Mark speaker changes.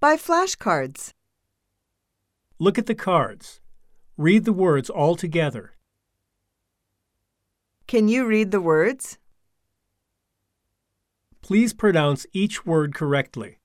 Speaker 1: Buy flashcards.
Speaker 2: Look at the cards. Read the words all together.
Speaker 1: Can you read the words?
Speaker 2: Please pronounce each word correctly.